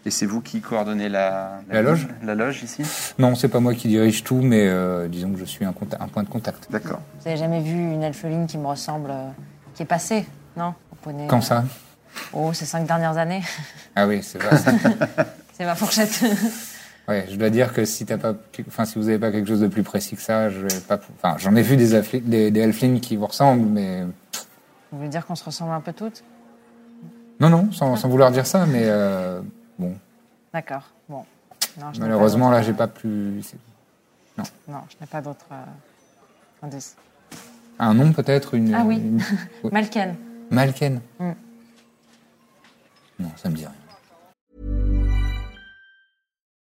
Speaker 4: Et c'est vous qui coordonnez la,
Speaker 1: La loge
Speaker 4: La loge ici
Speaker 1: Non, c'est pas moi qui dirige tout, mais euh, disons que je suis un, conta- un point de contact.
Speaker 4: D'accord.
Speaker 6: Vous avez jamais vu une alpheline qui me ressemble, euh, qui est passée, non Vous prenez,
Speaker 1: Quand
Speaker 6: euh,
Speaker 1: ça
Speaker 6: Oh, ces cinq dernières années. [laughs]
Speaker 1: Ah oui, c'est vrai.
Speaker 6: C'est ma fourchette. [laughs]
Speaker 1: Ouais, je dois dire que si t'as pas, enfin si vous avez pas quelque chose de plus précis que ça, je vais pas. pou- Enfin, j'en ai vu des affli- des, des halflings qui vous ressemblent, mais
Speaker 6: Vous voulez dire qu'on se ressemble un peu toutes
Speaker 1: non, non, sans, sans vouloir dire ça, mais euh, bon,
Speaker 6: D'accord. Bon. Non, je n'ai pas
Speaker 1: malheureusement
Speaker 6: d'autres,
Speaker 1: là, j'ai pas plus c'est-
Speaker 6: euh, Non, je n'ai pas d'autres euh, indices.
Speaker 1: un nom peut-être une.
Speaker 6: Ah oui. [laughs]
Speaker 1: une- Oui.
Speaker 6: Malken.
Speaker 1: Malken.
Speaker 6: Mm.
Speaker 1: Non, ça me dit rien.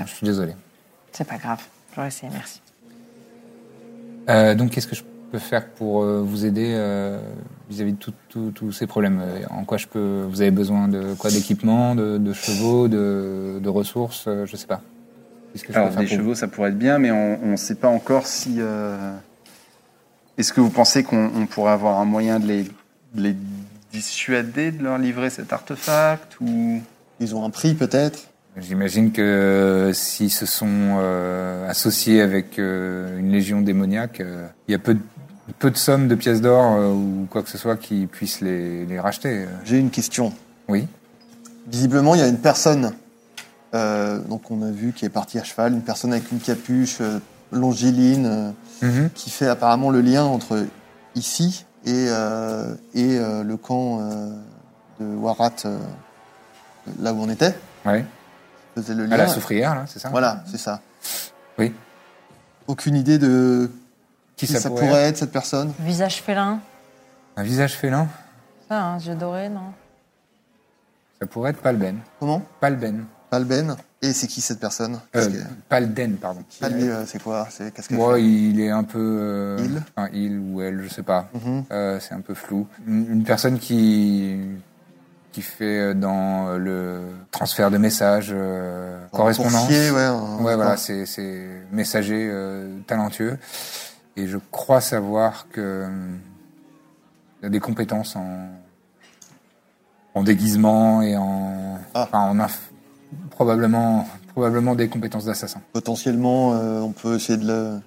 Speaker 1: Je suis désolé.
Speaker 6: C'est pas grave. J'aurais essayé, merci.
Speaker 1: Euh, donc, qu'est-ce que je peux faire pour euh, vous aider euh, vis-à-vis de tout- tout- tous ces problèmes Euh, En quoi je peux Vous avez besoin de quoi D'équipement, de, de chevaux, de, de ressources euh, Je sais pas. Qu'est-ce que je
Speaker 4: Alors,
Speaker 1: peux faire
Speaker 4: des
Speaker 1: pour vous
Speaker 4: chevaux, ça pourrait être bien, mais on ne sait pas encore si. euh, Est-ce que vous pensez qu'on on pourrait avoir un moyen de les, de les dissuader de leur livrer cet artefact ou...
Speaker 3: Ils ont un prix peut-être
Speaker 1: J'imagine que euh, s'ils se sont euh, associés avec euh, une légion démoniaque, euh, il y a peu de, peu de sommes de pièces d'or euh, ou quoi que ce soit qui puissent les, les racheter. euh.
Speaker 3: J'ai une question.
Speaker 1: Oui.
Speaker 3: Visiblement, il y a une personne, euh, donc on a vu, qui est partie à cheval, une personne avec une capuche euh, longiline, euh, qui fait apparemment le lien entre ici et, euh, et euh, le camp euh, de Warat, euh, là où on était.
Speaker 1: Ouais.
Speaker 3: Faisait le
Speaker 1: À
Speaker 3: lien.
Speaker 1: la soufrière, là, c'est ça
Speaker 3: Voilà, c'est ça.
Speaker 1: Oui.
Speaker 3: Aucune idée de
Speaker 1: Qui,
Speaker 3: qui
Speaker 1: ça, pourrait être
Speaker 3: être cette personne.
Speaker 6: Visage félin.
Speaker 1: Un visage félin
Speaker 6: Ça, un yeux dorés, non
Speaker 1: Ça pourrait être Palben.
Speaker 3: Comment
Speaker 1: Palben.
Speaker 3: Palben. Et c'est qui cette personne Parce
Speaker 1: Euh,
Speaker 3: que-
Speaker 1: Palden, pardon.
Speaker 3: Palbi, euh, c'est quoi C'est qu'est-ce que
Speaker 1: Moi, il est un peu. euh,
Speaker 3: Il
Speaker 1: enfin, il ou elle, je sais pas.
Speaker 3: Mhm.
Speaker 1: Euh, c'est un peu flou. Une, une personne qui qui fait euh, dans euh, le transfert de messages, euh,
Speaker 3: Un
Speaker 1: correspondance.
Speaker 3: coursier, ouais, un-
Speaker 1: ouais, voilà,
Speaker 3: un-
Speaker 1: c'est c'est messager euh, talentueux. Et je crois savoir que hum, il a des compétences en en déguisement et en
Speaker 3: Ah.
Speaker 1: enfin, en inf- probablement probablement des compétences d'assassin.
Speaker 3: Potentiellement, euh, on peut essayer de le...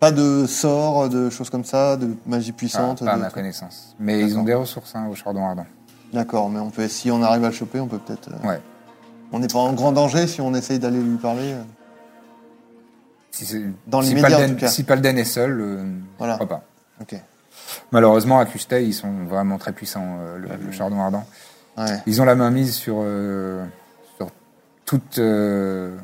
Speaker 3: Pas de sort, de choses comme ça, de magie puissante.
Speaker 1: Ah, Pas, pas à
Speaker 3: de-
Speaker 1: ma connaissance. Mais ils ont
Speaker 3: D'accord.
Speaker 1: des ressources hein, au Chardon Ardent.
Speaker 3: D'accord, mais on peut, si on arrive à le choper, on peut peut-être... euh,
Speaker 1: Ouais.
Speaker 3: On n'est pas en grand danger si on essaye d'aller lui parler. euh,
Speaker 1: Si c'est-
Speaker 3: Dans
Speaker 1: si
Speaker 3: l'immédiat,
Speaker 1: Palden-
Speaker 3: en tout cas.
Speaker 1: Si Palden est seul, euh,
Speaker 3: Voilà.
Speaker 4: Ah.
Speaker 1: je crois pas.
Speaker 3: Ok.
Speaker 1: Malheureusement, à Custei, ils sont vraiment très puissants, euh,
Speaker 4: Ah,
Speaker 1: le, le Chardon Ardent.
Speaker 3: Ouais.
Speaker 1: Ils ont la main mise sur, euh, sur toute, euh,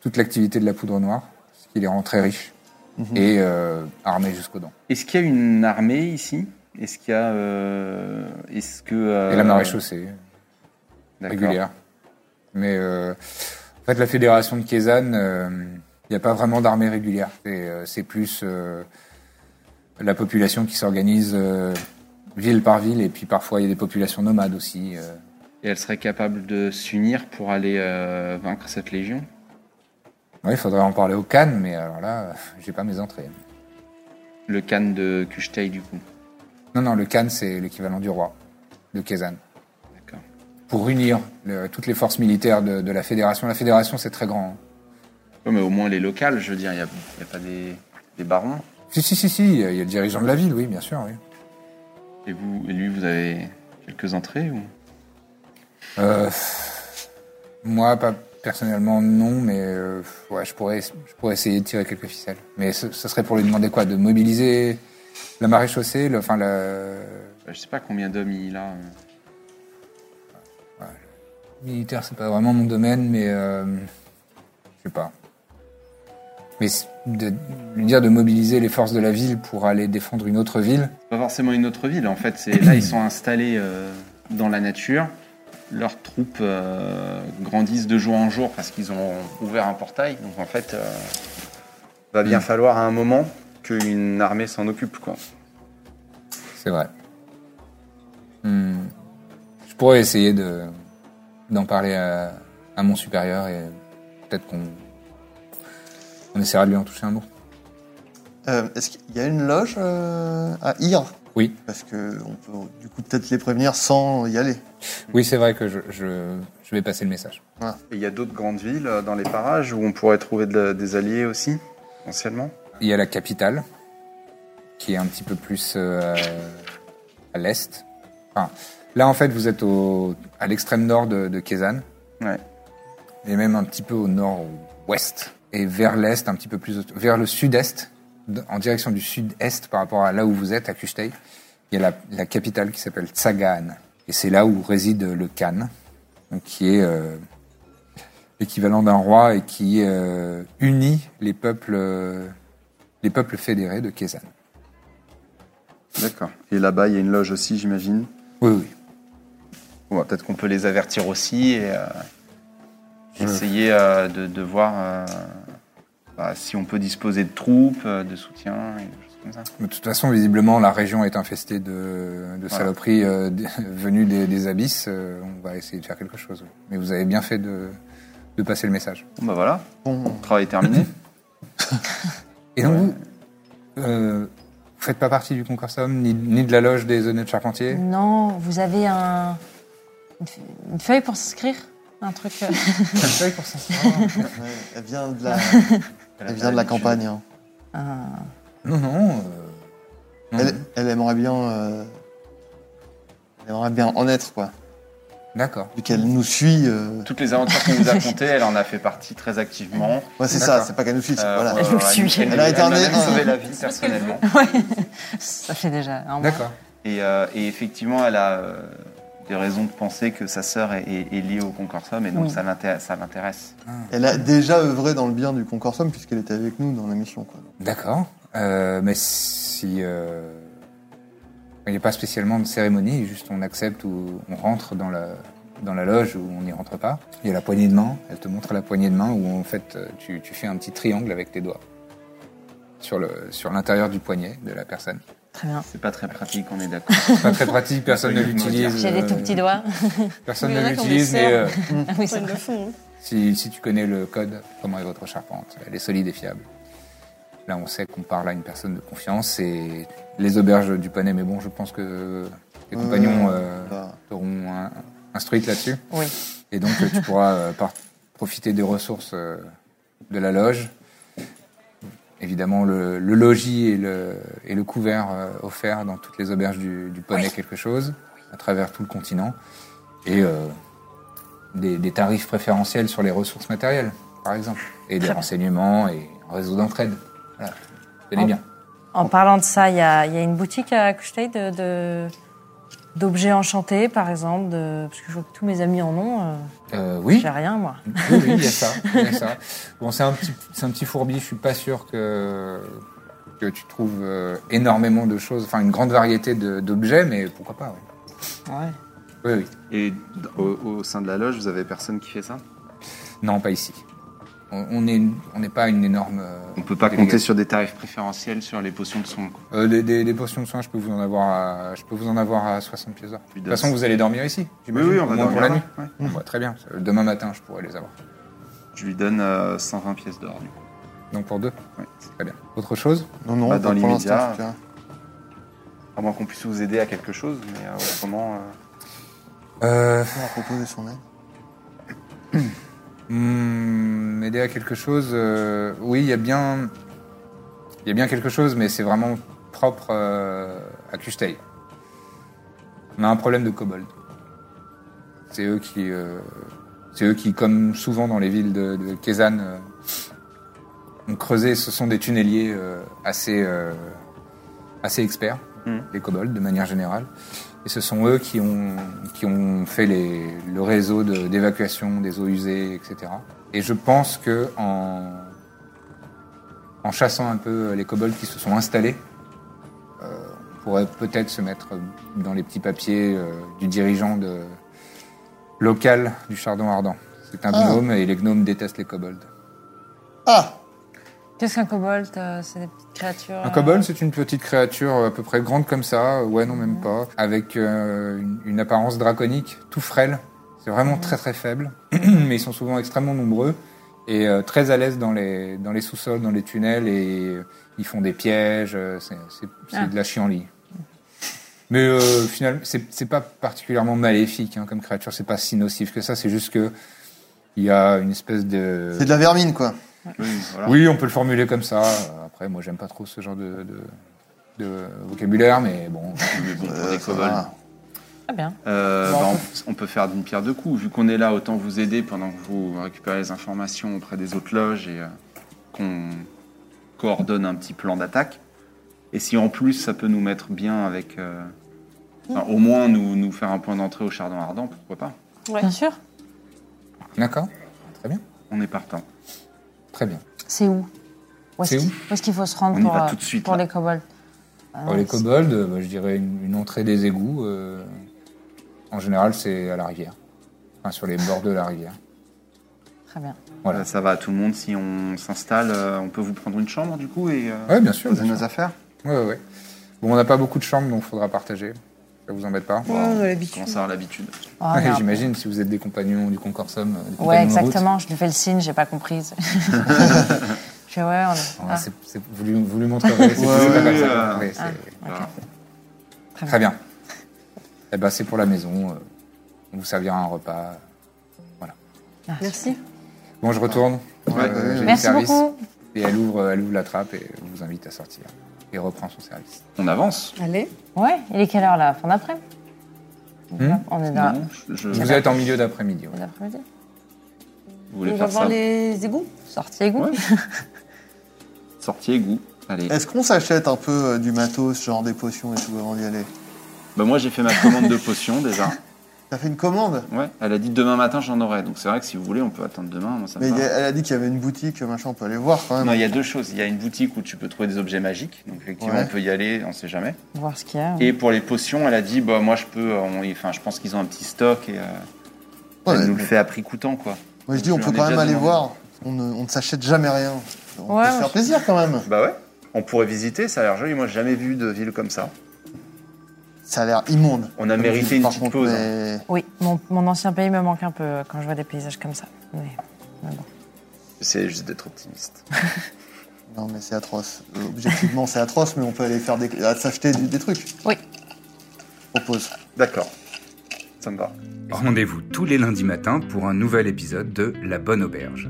Speaker 1: toute l'activité de la poudre noire, ce qui les rend très riches
Speaker 4: Mhm.
Speaker 1: et euh, armés jusqu'aux dents.
Speaker 4: Est-ce qu'il y a une armée ici Est-ce qu'il y a. euh, Est-ce que. euh,
Speaker 1: Et la marée chaussée,
Speaker 4: d'accord.
Speaker 1: régulière. Mais euh, en fait, la fédération de Kézanne, euh, il n'y a pas vraiment d'armée régulière. C'est euh, c'est plus euh, la population qui s'organise euh, ville par ville, et puis parfois il y a des populations nomades aussi. euh.
Speaker 4: Et elle serait capable de s'unir pour aller euh, vaincre cette légion
Speaker 1: Ouais, il faudrait en parler au Cannes, mais alors là, euh, j'ai pas mes entrées.
Speaker 4: Le Khan de Kuchtei, du coup.
Speaker 1: Non, non, le Cannes, c'est l'équivalent du roi de Kézanne.
Speaker 4: D'accord.
Speaker 1: Pour unir le- toutes les forces militaires de, de la fédération. La fédération, c'est très grand. hein.
Speaker 4: Ouais, mais au moins les locales, je veux dire, il n'y a, il y a pas des, des barons.
Speaker 1: Si, si, si, si, il y a il y a le dirigeant de la ville, oui, bien sûr, oui.
Speaker 4: Et vous, et lui, vous avez quelques entrées ou...
Speaker 1: Euh, moi, pas personnellement, non, mais euh, ouais, je pourrais, je pourrais essayer de tirer quelques ficelles. Mais ce, ce serait pour lui demander quoi De mobiliser la marée chaussée, le, enfin le
Speaker 4: Bah, Je sais pas combien d'hommes il a. euh.
Speaker 1: militaire, c'est pas vraiment mon domaine, mais euh, je sais pas. Mais c- de lui dire de mobiliser les forces de la ville pour aller défendre une autre ville,
Speaker 4: C'est pas forcément une autre ville. En fait, c'est là, ils sont installés euh, dans la nature. Leurs troupes euh, grandissent de jour en jour parce qu'ils ont ouvert un portail. Donc en fait, euh,
Speaker 5: Va bien falloir à un moment qu'une armée s'en occupe, quoi.
Speaker 1: c'est vrai. Hmm. Je pourrais essayer de d'en parler à, à mon supérieur et peut-être qu'on on essaiera de lui en toucher un mot.
Speaker 3: Euh, Est-ce qu'il y a une loge euh, à Ir
Speaker 1: Oui.
Speaker 3: Parce que on peut du coup peut-être les prévenir sans y aller.
Speaker 1: Oui, c'est vrai que je, je, je vais passer le message.
Speaker 5: Et il y a d'autres grandes villes euh, dans les parages où on pourrait trouver de- des alliés aussi, potentiellement.
Speaker 1: Il y a la capitale, qui est un petit peu plus euh, à l'est. Enfin, là, en fait, vous êtes au, à l'extrême nord de, de Kezan.
Speaker 4: Ouais.
Speaker 1: et même un petit peu au nord-ouest, et vers l'est, un petit peu plus, au- vers le sud-est, d- en direction du sud-est par rapport à là où vous êtes, à Kushtei, il y a la, la capitale qui s'appelle Tsagaan, et c'est là où réside le Khan, donc qui est euh, l'équivalent d'un roi et qui euh, unit les peuples, euh, les peuples fédérés de Kezan.
Speaker 4: D'accord. Et là-bas, il y a une loge aussi, j'imagine.
Speaker 1: Oui, oui.
Speaker 4: Bon, bah, peut-être qu'on peut les avertir aussi et euh, essayer euh, de, de voir euh, bah, si on peut disposer de troupes, euh, de soutien et des choses comme ça.
Speaker 1: Mais De toute façon, visiblement, la région est infestée de, de saloperies euh, d- venues des, [laughs] des abysses. Euh, on va essayer de faire quelque chose. oui. Mais vous avez bien fait de, de passer le message.
Speaker 4: Bon, bah voilà, travail terminé.
Speaker 1: Et donc, vous euh, vous faites pas partie du concorsum, ni, ni de la loge des honnêtes charpentiers
Speaker 6: Non, vous avez un... une fe- une feuille pour s'inscrire Un truc...
Speaker 1: [laughs]
Speaker 6: euh,
Speaker 3: Elle vient de la, [laughs] [laughs] elle vient de la
Speaker 4: l'habitude.
Speaker 3: campagne. hein.
Speaker 6: un-
Speaker 1: Non, non. euh, non.
Speaker 3: Elle, elle aimerait bien, euh, elle aimerait bien en être quoi.
Speaker 1: D'accord.
Speaker 3: Vu qu'elle nous suit. euh,
Speaker 4: Toutes les aventures qu'on vous a contées, elle en a fait partie très activement.
Speaker 3: Ouais, c'est ça.
Speaker 1: D'accord.
Speaker 3: C'est pas qu'elle nous suit. c'est-
Speaker 4: Euh,
Speaker 3: voilà.
Speaker 6: Elle nous suit.
Speaker 4: Elle,
Speaker 3: Elle a été
Speaker 4: elle
Speaker 3: un-
Speaker 4: m'a même
Speaker 3: un-
Speaker 4: sauvé la vie personnellement.
Speaker 6: Ça fait déjà un mois.
Speaker 1: D'accord.
Speaker 4: Et, euh, et effectivement, elle a euh, des raisons de penser que sa sœur est, est- est liée au concorsum et donc
Speaker 6: Oui.
Speaker 4: ça l'intéresse- ça l'intéresse.
Speaker 3: Elle a déjà œuvré dans le bien du concorsum puisqu'elle était avec nous dans la mission. Quoi.
Speaker 1: D'accord. Euh, mais si. euh, il n'y a pas spécialement de cérémonie, juste on accepte ou on rentre dans la, dans la loge ou on n'y rentre pas. Il y a la poignée de main, elle te montre la poignée de main où en fait euh, tu, tu fais un petit triangle avec tes doigts sur le sur l'intérieur du poignet de la personne.
Speaker 6: Très
Speaker 1: Euh,
Speaker 6: bien.
Speaker 4: C'est pas très pratique, on est d'accord.
Speaker 1: Pas très pratique, personne ne l'utilise.
Speaker 6: J'ai des tout
Speaker 1: euh,
Speaker 6: petits doigts.
Speaker 1: Personne
Speaker 7: Oui,
Speaker 1: ne
Speaker 7: il y en a qui ont des
Speaker 1: l'utilise, mais
Speaker 7: serres.
Speaker 1: euh,
Speaker 6: Ah oui, c'est
Speaker 7: Ils
Speaker 6: vrai.
Speaker 7: le font. hein.
Speaker 1: si, si tu connais le code, comment est votre charpente Elle est solide et fiable. Là, on sait qu'on parle à une personne de confiance et les auberges du Panay, mais bon, je pense que les compagnons euh,
Speaker 3: bah.
Speaker 1: t'auront un- instruite là-dessus.
Speaker 6: Oui.
Speaker 1: Et donc, euh, tu pourras euh, par- profiter des ressources euh, de la loge. Évidemment, le, le logis et le, et le couvert euh, offert dans toutes les auberges du, du Poney, quelque chose, à travers tout le continent. Et euh, des, des tarifs préférentiels sur les ressources matérielles, par exemple. Et des renseignements et un réseau d'entraide. Voilà. Tenez
Speaker 6: Oh.
Speaker 1: bien.
Speaker 6: En parlant de ça, il y a, il y a une boutique à Couchetey de, de- d'objets enchantés, par exemple, de, parce que je vois que tous mes amis en ont. euh,
Speaker 1: Euh, oui,
Speaker 6: J'ai rien, moi.
Speaker 1: oui, oui, il y a ça. il y a ça. Bon, c'est un petit, c'est un petit fourbi. Je suis pas sûr que que tu trouves euh, énormément de choses, enfin une grande variété de- d'objets, mais pourquoi pas. oui.
Speaker 6: Ouais.
Speaker 1: Oui, oui.
Speaker 4: [laughs] Et d- au, au sein de la loge, vous avez personne qui fait ça
Speaker 1: Non, pas ici. On on est, on n'est pas une énorme. euh,
Speaker 4: On peut pas compter
Speaker 1: délégation.
Speaker 4: sur des tarifs préférentiels sur les potions de soins. quoi.
Speaker 1: Euh, des, des- des potions de soins, je peux vous en avoir, à, je peux vous en avoir à 60 pièces d'or. De toute façon, vous allez dormir ici. j'imagine,
Speaker 4: Oui, oui, on
Speaker 1: au
Speaker 4: va
Speaker 1: moins pour
Speaker 4: dormir
Speaker 1: la
Speaker 4: là,
Speaker 1: nuit. Bon, bah, très bien. Demain matin, je pourrai les avoir.
Speaker 4: Je lui donne euh, 120 pièces d'or. du coup.
Speaker 1: Donc pour deux,
Speaker 4: Ouais.
Speaker 1: très bien. Autre chose
Speaker 3: Non, non,
Speaker 4: Bah,
Speaker 3: pas
Speaker 4: dans
Speaker 3: pour
Speaker 4: l'immédiat.
Speaker 3: l'instant. en tout cas.
Speaker 4: À moins qu'on puisse vous aider à quelque chose, mais euh, autrement, euh,
Speaker 1: euh,
Speaker 3: On va proposer son aide.
Speaker 1: Hmm, aider à quelque chose. euh, oui, il y a bien, il y a bien quelque chose, mais c'est vraiment propre euh, à Custeil. On a un problème de kobold. C'est eux qui, euh, c'est eux qui, comme souvent dans les villes de, de Kezan, euh, ont creusé. Ce sont des tunneliers euh, assez, euh, assez experts,
Speaker 4: Mhm.
Speaker 1: les kobolds de manière générale. Et ce sont eux qui ont, qui ont fait les, le réseau de- d'évacuation des eaux usées, etc. Et je pense que en, en chassant un peu les kobolds qui se sont installés, euh, on pourrait peut-être se mettre dans les petits papiers euh, du dirigeant de, local du Chardon Ardent. C'est un
Speaker 3: Ah.
Speaker 1: gnome et les gnomes détestent les kobolds.
Speaker 3: Ah,
Speaker 6: Qu'est-ce qu'un cobalt euh, C'est des petites créatures.
Speaker 1: Un
Speaker 6: euh,
Speaker 1: kobold, c'est une petite créature euh, à peu près grande comme ça, euh, ouais non même pas, avec euh, une, une apparence draconique, tout frêle. C'est vraiment très très faible, [clears throat] mais ils sont souvent extrêmement nombreux et euh, très à l'aise dans les dans les sous-sols, dans les tunnels et euh, ils font des pièges. euh, c'est c'est- c'est
Speaker 6: Ah.
Speaker 1: de la chienlit. Mais euh, finalement, c'est c'est pas particulièrement maléfique hein, comme créature. C'est pas si nocif que ça. C'est juste que il y a une espèce de
Speaker 3: c'est de la vermine quoi.
Speaker 4: oui, voilà.
Speaker 1: oui, on peut le formuler comme ça. Euh, Après, moi, j'aime pas trop ce genre de, de- de Euh, vocabulaire, mais bon.
Speaker 4: Mais bon, pour
Speaker 3: Euh,
Speaker 4: des
Speaker 3: ça
Speaker 4: kobolds.
Speaker 3: va.
Speaker 7: Ah,
Speaker 6: Très bien.
Speaker 4: Euh,
Speaker 6: Bon.
Speaker 4: bah, on, on peut faire d'une pierre deux coups. Vu qu'on est là, autant vous aider pendant que vous récupérez les informations auprès des autres loges et euh, qu'on coordonne un petit plan d'attaque. Et si en plus ça peut nous mettre bien avec. euh, enfin, au moins nous, nous faire un point d'entrée au chardon ardent, pourquoi pas
Speaker 6: Bien sûr.
Speaker 1: D'accord. Très bien.
Speaker 4: On est partant.
Speaker 1: Très bien.
Speaker 8: C'est où Où est-ce
Speaker 1: C'est
Speaker 8: qu'il-
Speaker 1: où
Speaker 8: où est-ce qu'il faut se rendre
Speaker 1: On y
Speaker 8: pour,
Speaker 1: va
Speaker 8: euh,
Speaker 1: tout de suite,
Speaker 8: pour
Speaker 1: là.
Speaker 8: les kobolds Ah,
Speaker 1: Pour les
Speaker 8: c'est-
Speaker 1: kobolds, euh, bah, je dirais une, une entrée des égouts. euh, en général, c'est à la rivière. Enfin, sur les bords de la rivière.
Speaker 8: Très
Speaker 1: [laughs]
Speaker 8: bien.
Speaker 4: Euh, ça va à tout le monde. Si on s'installe, euh, on peut vous prendre une chambre du coup et euh,
Speaker 1: Ouais, bien sûr,
Speaker 4: poser
Speaker 1: bien
Speaker 4: nos
Speaker 1: sûr.
Speaker 4: affaires.
Speaker 1: Ouais, ouais, ouais. Bon, on n'a pas beaucoup de chambres, donc faudra partager. Ça vous embête pas
Speaker 4: Ouais, on a l'habitude. Commence à avoir l'habitude.
Speaker 8: Ah, merde.
Speaker 1: J'imagine, si vous êtes des compagnons du Concorsum. euh, des
Speaker 8: Ouais,
Speaker 1: compagnons de route.
Speaker 8: exactement. Je lui fais le signe, j'ai pas compris. je
Speaker 1: [laughs]
Speaker 8: fais, ouais, on est.
Speaker 1: Ouais,
Speaker 8: ah,
Speaker 1: c'est- c'est- vous, lui,
Speaker 8: [laughs]
Speaker 1: vous lui montrerez. c'est
Speaker 8: Ouais,
Speaker 1: pas
Speaker 8: ouais,
Speaker 1: comme
Speaker 8: ouais,
Speaker 1: ça.
Speaker 8: ouais.
Speaker 1: Ouais, c'est-
Speaker 8: Ah,
Speaker 1: voilà.
Speaker 8: Très
Speaker 1: Très bien. Eh ben, c'est pour la maison. euh, on vous servira un repas.
Speaker 8: ah,
Speaker 2: Merci.
Speaker 1: Bon, je retourne.
Speaker 3: Ouais,
Speaker 1: Euh,
Speaker 3: ouais,
Speaker 1: j'ai
Speaker 8: Merci
Speaker 1: le service.
Speaker 8: beaucoup.
Speaker 1: Et elle ouvre, elle ouvre la trappe et vous invite à sortir. Et reprend son service.
Speaker 4: On avance.
Speaker 2: Allez.
Speaker 8: Ouais, il est quelle heure là Fin d'après
Speaker 1: Hmm
Speaker 8: On est
Speaker 6: ben,
Speaker 8: dans
Speaker 4: Non, je- je-
Speaker 1: Vous êtes en milieu d'après-midi. ouais.
Speaker 8: l'après-midi.
Speaker 4: vous voulez
Speaker 2: On va
Speaker 4: faire
Speaker 2: voir
Speaker 4: ça
Speaker 2: les égouts.
Speaker 8: Sortie égout.
Speaker 4: [laughs] Ouais. Sortie égout. Allez.
Speaker 3: Est-ce qu'on s'achète un peu euh, du matos, genre des potions et tout, avant d'y aller
Speaker 4: Bah, moi j'ai fait ma commande de potion déjà.
Speaker 3: T'as fait une commande
Speaker 4: Ouais, elle a dit demain matin j'en aurai. Donc c'est vrai que si vous voulez, on peut attendre demain. Moi, ça me
Speaker 3: Mais il
Speaker 4: va.
Speaker 3: y a- elle a dit qu'il y avait une boutique, machin, on peut aller voir quand même.
Speaker 4: Non, il y a deux choses. Il y a une boutique où tu peux trouver des objets magiques. Donc effectivement,
Speaker 3: Ouais.
Speaker 4: on peut y aller, on sait jamais.
Speaker 8: Voir ce qu'il y a.
Speaker 4: Et pour les potions, elle a dit bah moi je peux. euh, on- Enfin, je pense qu'ils ont un petit stock et euh,
Speaker 3: Ouais,
Speaker 4: elle nous
Speaker 3: mais-
Speaker 4: le fait à prix coûtant quoi.
Speaker 3: Moi je dis,
Speaker 4: Je
Speaker 3: on
Speaker 4: lui
Speaker 3: peut
Speaker 4: en ai
Speaker 3: quand même
Speaker 4: déjà
Speaker 3: aller
Speaker 4: demandé.
Speaker 3: voir. On ne, on ne s'achète jamais rien. On
Speaker 8: Ouais,
Speaker 3: peut se
Speaker 8: ouais.
Speaker 3: faire plaisir quand même.
Speaker 4: Bah ouais. On pourrait visiter. Ça a l'air joli. Moi, j'ai jamais vu de ville comme ça.
Speaker 3: Ça a l'air immonde.
Speaker 4: On a
Speaker 3: Comme
Speaker 4: mérité
Speaker 3: tu dis,
Speaker 4: une
Speaker 3: par
Speaker 4: petite
Speaker 3: contre,
Speaker 4: pause, hein.
Speaker 3: mais-
Speaker 8: Oui, mon, mon ancien pays me manque un peu euh, quand je vois des paysages comme ça. Mais- mais bon.
Speaker 4: C'est juste d'être optimiste.
Speaker 3: Non, mais c'est atroce. Euh, Objectivement, c'est atroce, mais on peut aller faire des... à s'acheter du- des trucs.
Speaker 8: Oui.
Speaker 3: Propose.
Speaker 4: D'accord. Ça me va.
Speaker 9: Rendez-vous tous les lundis matins pour un nouvel épisode de La Bonne Auberge.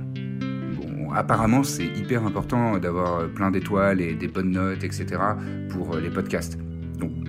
Speaker 9: Bon, apparemment, c'est hyper important d'avoir plein d'étoiles et des bonnes notes, etc. pour euh, les podcasts. Donc,